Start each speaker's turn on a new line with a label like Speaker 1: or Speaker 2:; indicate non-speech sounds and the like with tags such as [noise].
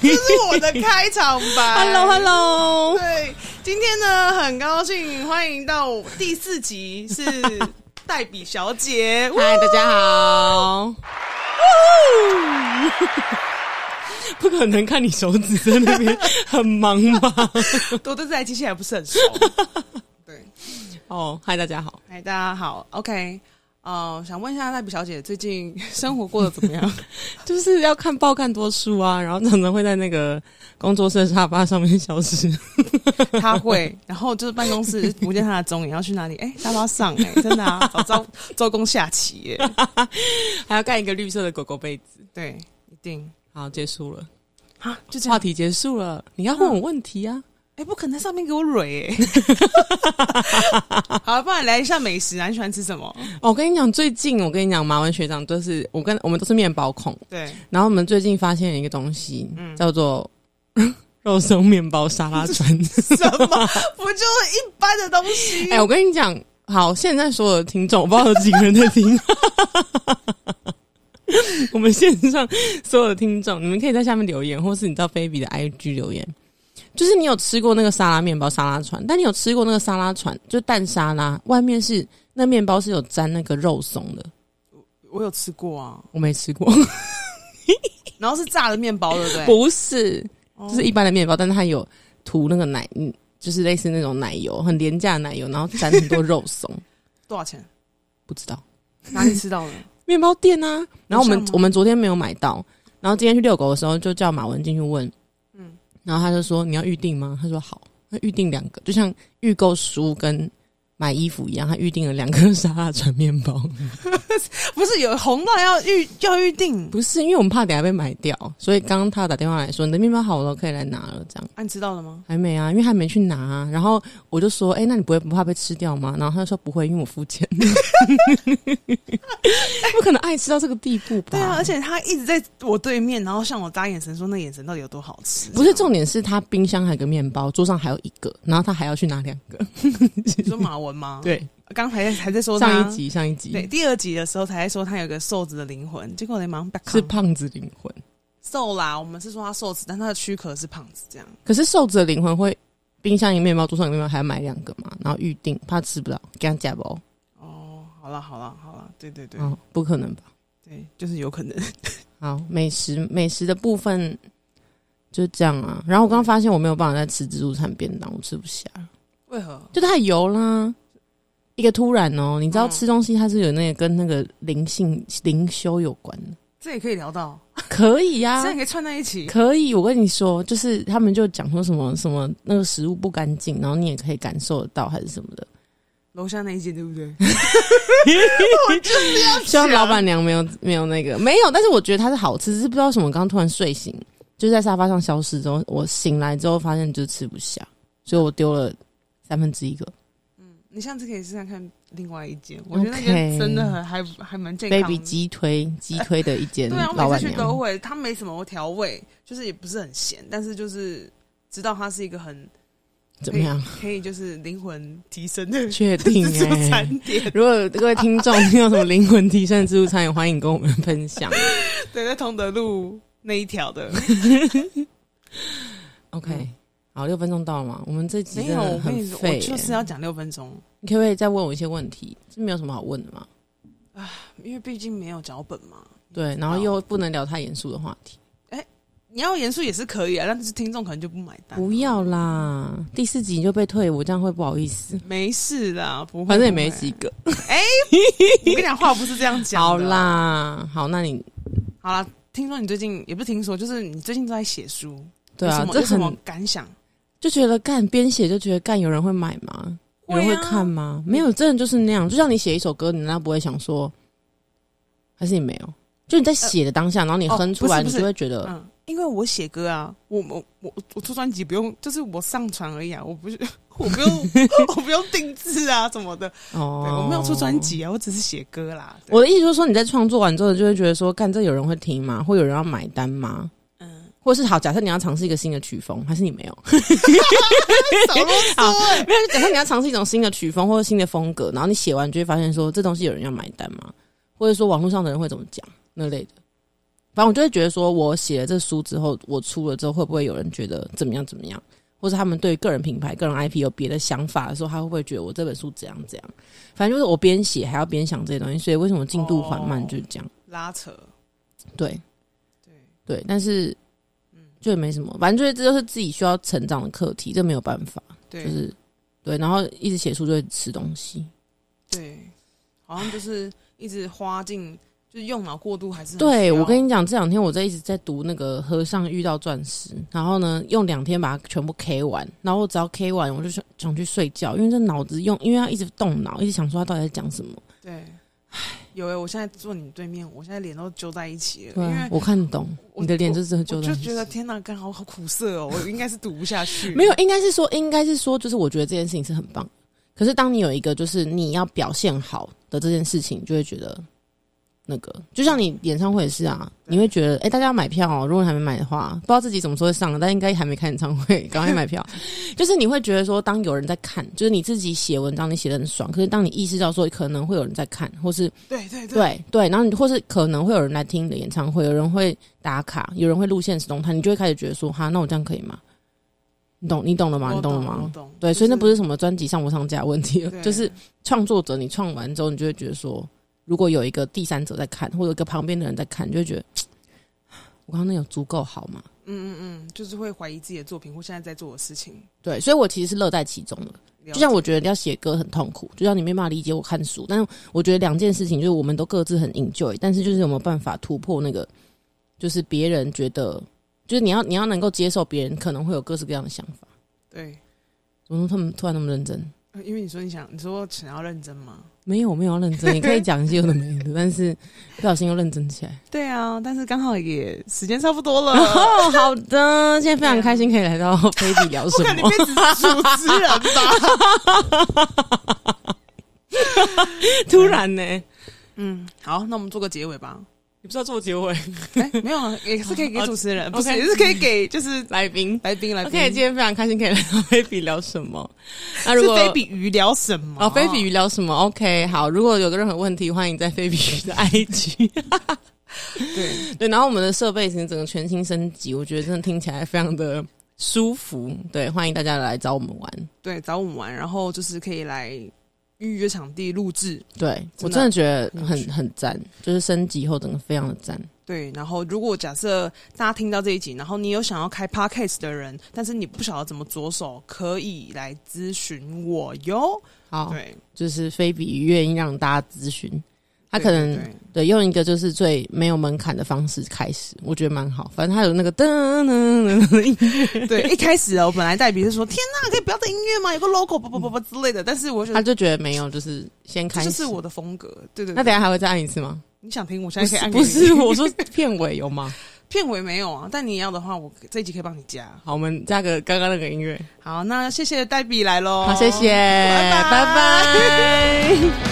Speaker 1: 这是我的开场
Speaker 2: [laughs]
Speaker 1: 白。
Speaker 2: Hello Hello，
Speaker 1: 对，今天呢很高兴，欢迎到第四集是黛比小
Speaker 2: [laughs]
Speaker 1: 姐。呜
Speaker 2: 嗨，大家好。 [laughs] 不可能看你手指在那边很忙吧？
Speaker 1: 我对这台机器还不是很熟。对，
Speaker 2: [laughs] 哦，嗨，大家好。
Speaker 1: 哎，大家好，OK，呃，想问一下黛比小姐最近生活过得怎么样？
Speaker 2: 就是要看报看多书啊，然后常常会在那个工作室的沙发上面消失。
Speaker 1: 她会，然后就是办公室不见她的踪影，要去哪里？哎、沙发上哎、真的啊，找招招工下棋耶、
Speaker 2: [laughs] 还要盖一个绿色的狗狗被子。
Speaker 1: 对，一定
Speaker 2: 好，结束了， [gasps]
Speaker 1: 啊，就这样
Speaker 2: 话。题结束了。你要问我问题啊？
Speaker 1: 哎、不可能在上面给我蕊、欸！好，不然来一下美食啊，你喜欢吃什么？
Speaker 2: 哦我跟你讲，最近我跟你讲，马文学长就是我跟我们都是面包控，
Speaker 1: 对，
Speaker 2: 然后我们最近发现了一个东西，叫做 [laughs] 肉松面包沙拉砖。
Speaker 1: 什么 [laughs] 不就一般的东西？
Speaker 2: 哎、我跟你讲，好，现在所有的听众，我不知道有几个人在听。 [laughs] 我们线上所有的听众，你们可以在下面留言，或是你到 baby 的 IG 留言。就是你有吃过那个沙拉面包沙拉船，但你有吃过那个沙拉船，就蛋沙拉，外面是那面包是有沾那个肉松的，
Speaker 1: 我有吃过啊，
Speaker 2: 我没吃过，
Speaker 1: 然后是炸的面包，对不对？
Speaker 2: [laughs] 不是，就是
Speaker 1: 哦
Speaker 2: 一般的面包，但它有涂那个奶，嗯，就是类似那种奶油，很廉价的奶油，然后沾很多肉松，
Speaker 1: 多少钱？
Speaker 2: 不知道。
Speaker 1: 哪里吃到的？
Speaker 2: [laughs] 面包店啊。然后
Speaker 1: 有
Speaker 2: 我们
Speaker 1: 上吗
Speaker 2: 我们昨天没有买到，然后今天去遛狗的时候就叫马文进去问，
Speaker 1: 嗯
Speaker 2: 嗯，然后他就说你要预定吗？他说好，那预定两个，就像预购书跟买衣服一样，他预定了两个 [laughs] 沙拉转面包，
Speaker 1: [laughs] 不是有红到要预要预定？
Speaker 2: 不是因为我们怕等下被买掉，所以刚刚他打电话来说你的面包好了，可以来拿了，这样。
Speaker 1: 啊，你知道了吗？
Speaker 2: 还没啊，因为还没去拿、啊。然后我就说：“哎、那你不会不怕被吃掉吗？”然后他就说：“不会，因为我付钱。”不可能爱吃到这个地步吧？
Speaker 1: 对啊，而且他一直在我对面，然后向我眨眼神，说那眼神到底有多好吃？
Speaker 2: 不是重点是他冰箱还有个面包，桌上还有一个，然后他还要去拿两个。
Speaker 1: 你说马文吗？，
Speaker 2: [laughs] 对，
Speaker 1: 刚才还在说他
Speaker 2: 上一，集上一
Speaker 1: 对，
Speaker 2: 集
Speaker 1: 第二集的时候才在说他有个瘦子的灵魂，结果你马上被
Speaker 2: 是胖子灵魂，
Speaker 1: 瘦啦，我们是说他瘦子，但他的躯壳是胖子这样。
Speaker 2: 可是瘦子的灵魂会冰箱一面包，桌上一面包还要买两个嘛，然后预定怕吃不到，给他夹包，
Speaker 1: 哦，好了好了好了，对对对、
Speaker 2: 嗯，不可能吧？
Speaker 1: 对，就是有可能。
Speaker 2: 好，美食美食的部分就这样啊。然后我刚刚发现我没有办法再吃自助餐便当，我吃不下，
Speaker 1: 为何？
Speaker 2: 就太油啦。一个突然哦，你知道
Speaker 1: 嗯
Speaker 2: 吃东西它是有那个跟那个灵性灵修有关的，
Speaker 1: 这也可以聊到，
Speaker 2: 可以
Speaker 1: [laughs]
Speaker 2: 呀、
Speaker 1: 这也可以串在一起。
Speaker 2: 可以，我跟你说，就是他们就讲说什么什么那个食物不干净，然后你也可以感受得到还是什么的。
Speaker 1: 楼下那一间对不
Speaker 2: [laughs]
Speaker 1: 对？
Speaker 2: 希望老板娘没有没有那个没有，但是我觉得它是好吃，只是不知道为什么。刚刚突然睡醒，就在沙发上消失之后，我醒来之后发现就吃不下，所以我丢了三分之一个。
Speaker 1: 你下次可以试试看另外一间，我觉得那
Speaker 2: OK
Speaker 1: 间真的很还还蛮健康
Speaker 2: baby
Speaker 1: 的。
Speaker 2: 鸡推鸡推的一间
Speaker 1: 对啊，
Speaker 2: 老
Speaker 1: 我每
Speaker 2: 板
Speaker 1: 次去都
Speaker 2: 娘，
Speaker 1: 会，它没什么调味，就是也不是很咸，但是就是知道它是一个很
Speaker 2: 怎么样？
Speaker 1: 可以可以就是灵魂提升的自
Speaker 2: 确
Speaker 1: [laughs]
Speaker 2: 定
Speaker 1: 助
Speaker 2: 哎、
Speaker 1: 餐点。
Speaker 2: [laughs] 如果各位听众你有什么灵魂提升自助餐，也欢迎跟我们分享。
Speaker 1: 对，在同德路那一条的，
Speaker 2: OK，、
Speaker 1: 嗯
Speaker 2: 好，六分钟到了吗？我们这集
Speaker 1: 没
Speaker 2: [laughs] 真
Speaker 1: 有，
Speaker 2: 的
Speaker 1: 我跟
Speaker 2: 很
Speaker 1: 你说，
Speaker 2: 废、
Speaker 1: 我就是要讲六分钟。
Speaker 2: 你可不可以再问我一些问题？是没有什么好问的嘛？
Speaker 1: 因为毕竟没有脚本嘛。
Speaker 2: 对，然后又不能聊太严肃的话题，
Speaker 1: 你要严肃也是可以啊，但是听众可能就不买单。
Speaker 2: 不要啦！第四集你就被退，我这样会不好意思。
Speaker 1: 没事啦，不会，
Speaker 2: 反正也没
Speaker 1: 不会
Speaker 2: 几。个。
Speaker 1: [laughs] 我跟你讲，话不是这样啊讲。
Speaker 2: 好，啦，好，那你
Speaker 1: 好啦，听说你最近也不是听说，就是你最近都在写书，
Speaker 2: 对
Speaker 1: 有
Speaker 2: 啊
Speaker 1: 什，么
Speaker 2: 这
Speaker 1: 有什么
Speaker 2: 很
Speaker 1: 感想？
Speaker 2: 就觉得干编写就觉得干有人会买吗？有人会
Speaker 1: 啊
Speaker 2: 看吗？没有，真的就是那样。就像你写一首歌，你难道不会想说，还是你没有？就你在写的当下，然后你
Speaker 1: 呃哦
Speaker 2: 哼出
Speaker 1: 不是
Speaker 2: 来，
Speaker 1: 不
Speaker 2: 你
Speaker 1: 是
Speaker 2: 就会觉得
Speaker 1: 嗯，因为我写歌啊，我我我我出专辑不用，就是我上传而已啊，我不是 [laughs] 我不
Speaker 2: [laughs]
Speaker 1: 用我不用定制啊什么的，对
Speaker 2: 哦，
Speaker 1: 我没有出专辑啊，我只是写歌啦。对
Speaker 2: 我的意思就是说，你在创作完之后，就会觉得说，干这有人会听吗？会有人要买单吗？
Speaker 1: 嗯，
Speaker 2: 或是好，假设你要尝试一个新的曲风，还是你没有？ [laughs]
Speaker 1: 少啰嗦欸
Speaker 2: 没有，假设你要尝试一种新的曲风或者新的风格，然后你写完就会发现说，这东西有人要买单吗？或者说网络上的人会怎么讲那类的？反正我就会觉得说，我写了这书之后，我出了之后，会不会有人觉得怎么样怎么样，或者他们对个人品牌、个人 IP 有别的想法的时候，他会不会觉得我这本书怎样怎样？反正就是我边写还要边想这些东西，所以为什么进度缓慢
Speaker 1: 哦
Speaker 2: 就是这样。
Speaker 1: 拉扯，
Speaker 2: 对
Speaker 1: 对，
Speaker 2: 对，但是
Speaker 1: 嗯，
Speaker 2: 就也没什么，反正就是这就是自己需要成长的课题，这没有办法，就
Speaker 1: 对
Speaker 2: 是对。然后一直写书就会吃东西，
Speaker 1: 对，好像就是一直花尽，就是用脑过度还是很需
Speaker 2: 对，
Speaker 1: 要
Speaker 2: 我跟你讲，这两天我在一直在读那个《和尚遇到钻石》，然后呢，用两天把它全部 K 完，然后我只要 K 完，我就想想去睡觉，因为这脑子用，因为要一直动脑，一直想说他到底在讲什么。
Speaker 1: 对，有哎、我现在坐你对面，我现在脸都揪在一起了，
Speaker 2: 对
Speaker 1: 因
Speaker 2: 啊
Speaker 1: 为，
Speaker 2: 我看得懂
Speaker 1: 我
Speaker 2: 你的脸，就是
Speaker 1: 我
Speaker 2: 就
Speaker 1: 就觉得天哪，干好好苦涩哦，我应该是读不下去，
Speaker 2: [laughs] 没有，应该是说，应该是说，就是我觉得这件事情是很棒。可是当你有一个就是你要表现好的这件事情，你就会觉得那个，就像你演唱会也是啊，
Speaker 1: 对
Speaker 2: 你会觉得哎、诶大家要买票哦，如果还没买的话，不知道自己什么时候会上，但应该还没看演唱会，赶快买票。就是你会觉得说，当有人在看，就是你自己写文章，你写的很爽，可是当你意识到说可能会有人在看，或是
Speaker 1: 对对对，
Speaker 2: 对对，然后你或是可能会有人来听你的演唱会，有人会打卡，有人会录现实动态，你就会开始觉得说，哈，那我这样可以吗？你懂你懂了吗？
Speaker 1: 我
Speaker 2: 你懂了
Speaker 1: 我
Speaker 2: 吗？
Speaker 1: 懂，
Speaker 2: 对，所以那不
Speaker 1: 是
Speaker 2: 是什么专辑上不上架的问题了，
Speaker 1: 对
Speaker 2: 就是创作者你创完之后，你就会觉得说，如果有一个第三者在看，或者一个旁边的人在看，你就会觉得，我刚刚那有足够好吗？
Speaker 1: 嗯嗯嗯，就是会怀疑自己的作品或现在在做的事情，
Speaker 2: 对，所以我其实是乐在其中的。
Speaker 1: 了
Speaker 2: 就像
Speaker 1: 解
Speaker 2: 我觉得要写歌很痛苦，就像你没办法理解我看书，但是我觉得两件事情就是我们都各自很 enjoy，但是就是有没有办法突破那个，就是别人觉得，就是你要你要能够接受别人可能会有各式各样的想法。
Speaker 1: 对。
Speaker 2: 怎么他们突然那么认真？
Speaker 1: 呃因为你说你想，你说想要认真吗？
Speaker 2: 没有没有要认 [laughs] 真，你可以讲一些有的没的，但是不小心又认真起来。
Speaker 1: 对啊，但是刚好也时间差不多了，
Speaker 2: [laughs] 哦，好的，现在非常开心可以来到菲比聊
Speaker 1: 不
Speaker 2: 什
Speaker 1: 可能
Speaker 2: 么
Speaker 1: 被。主持人
Speaker 2: [laughs]
Speaker 1: 吧？
Speaker 2: 突然 [laughs] 呢、
Speaker 1: 嗯，好，那我们做个结尾吧。
Speaker 2: 你不知道做结尾，
Speaker 1: 哎、没有啊，也是可以给主持人，不是
Speaker 2: 哦 OK
Speaker 1: 也是可以给就是
Speaker 2: 来宾。
Speaker 1: 来宾来宾。
Speaker 2: OK，今天非常开心可以来到菲比聊什么。那如
Speaker 1: 是
Speaker 2: 果
Speaker 1: 非比鱼聊什么？
Speaker 2: 哦，菲比鱼聊什么？OK，好，如果有个任何问题，欢迎在菲比鱼的 IG。
Speaker 1: [laughs] 对，
Speaker 2: 对，然后我们的设备是整个全新升级，我觉得真的听起来非常的舒服。对，欢迎大家来找我们玩。
Speaker 1: 对，找我们玩，然后就是可以来预约场地录制。真
Speaker 2: 对
Speaker 1: 的嗯
Speaker 2: 我真的觉得
Speaker 1: 很
Speaker 2: 很
Speaker 1: 有趣
Speaker 2: 很赞，就是升级后整个非常的赞。
Speaker 1: 对，然后如果假设大家听到这一集，然后你有想要开 podcast 的人，但是你不晓得怎么着手，可以来咨询我哟。
Speaker 2: 好，
Speaker 1: 对，
Speaker 2: 就是菲比鱼愿意让大家咨询，他
Speaker 1: 对
Speaker 2: 可能
Speaker 1: 对
Speaker 2: 对用一个就是最没有门槛的方式开始，我觉得蛮好。反正他有那个噔噔噔
Speaker 1: [laughs]
Speaker 2: 噔音
Speaker 1: 对，一开始啊，我本来代笔是说，天呐，可以不要这音乐吗？有个 logo 不不不不之类的，但是我觉
Speaker 2: 他
Speaker 1: 得
Speaker 2: 就觉得没有，就是先
Speaker 1: 这
Speaker 2: 开
Speaker 1: 就
Speaker 2: 始。
Speaker 1: 是我的风格。对对对，
Speaker 2: 那等一下还会再按一次吗？
Speaker 1: 你想听，我现
Speaker 2: 不
Speaker 1: 在可以
Speaker 2: 是
Speaker 1: 按给
Speaker 2: 不
Speaker 1: 你
Speaker 2: 是，我说片尾有吗？
Speaker 1: 片尾没有啊，但你要的话，我这一集可以帮你加。
Speaker 2: 好，我们加个刚刚那个音乐。
Speaker 1: 好，那谢谢黛比来喽，
Speaker 2: 好，谢谢，
Speaker 1: 拜拜
Speaker 2: 拜拜